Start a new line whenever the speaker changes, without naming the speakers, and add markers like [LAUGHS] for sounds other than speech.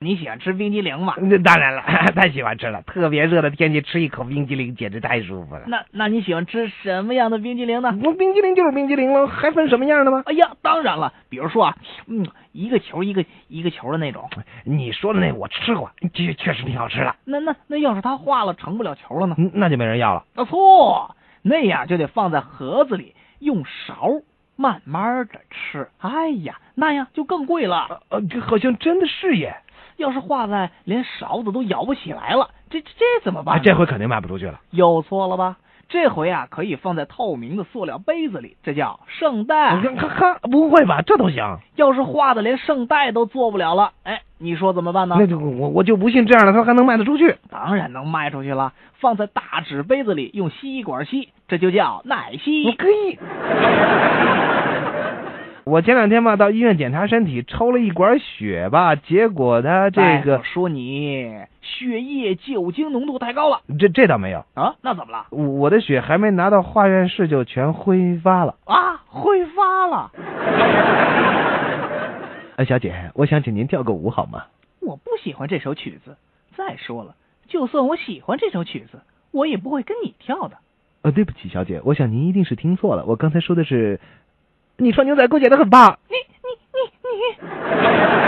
你喜欢吃冰激凌吗？
那 [LAUGHS] 当然了，太喜欢吃了，特别热的天气吃一口冰激凌简直太舒服了。
那那你喜欢吃什么样的冰激凌呢？
那冰激凌就是冰激凌了，还分什么样的吗？
哎呀，当然了，比如说啊，嗯，一个球一个一个球的那种。
你说的那我吃过，确确实挺好吃的。
那那那要是它化了成不了球了呢？
嗯那就没人要了。
那错，那样就得放在盒子里，用勺慢慢的吃。哎呀，那样就更贵了。
呃，这好像真的是耶！
要是化在连勺子都摇不起来了，这这这怎么办
啊，
呢？
这回肯定卖不出去了。
有错了吧？这回啊，可以放在透明的塑料杯子里，这叫圣
我
诞。
看，哈哈，不会吧？这都行？
要是画的连圣代都做不了了，哎，你说怎么办呢？
那就我我就不信这样的他还能卖得出去。
当然能卖出去了，放在大纸杯子里，用吸管吸，这就叫奶
我
昔。
可以。我前两天吧到医院检查身体，抽了一管血吧，结果他这
哎
个、
我说你血液酒精浓度太高了
这这倒没有，
啊？那怎么了？
我我的血还没拿到化验室就全挥发了。
啊，挥发了！
哎，小姐，我想请您跳个舞好吗？
我不喜欢这首曲子。再说了，就算我喜欢这首曲子，我也不会跟你跳的。
呃，对不起，小姐，我想您一定是听错了，我刚才说的是，你穿牛仔裤显得很胖。
你你你你，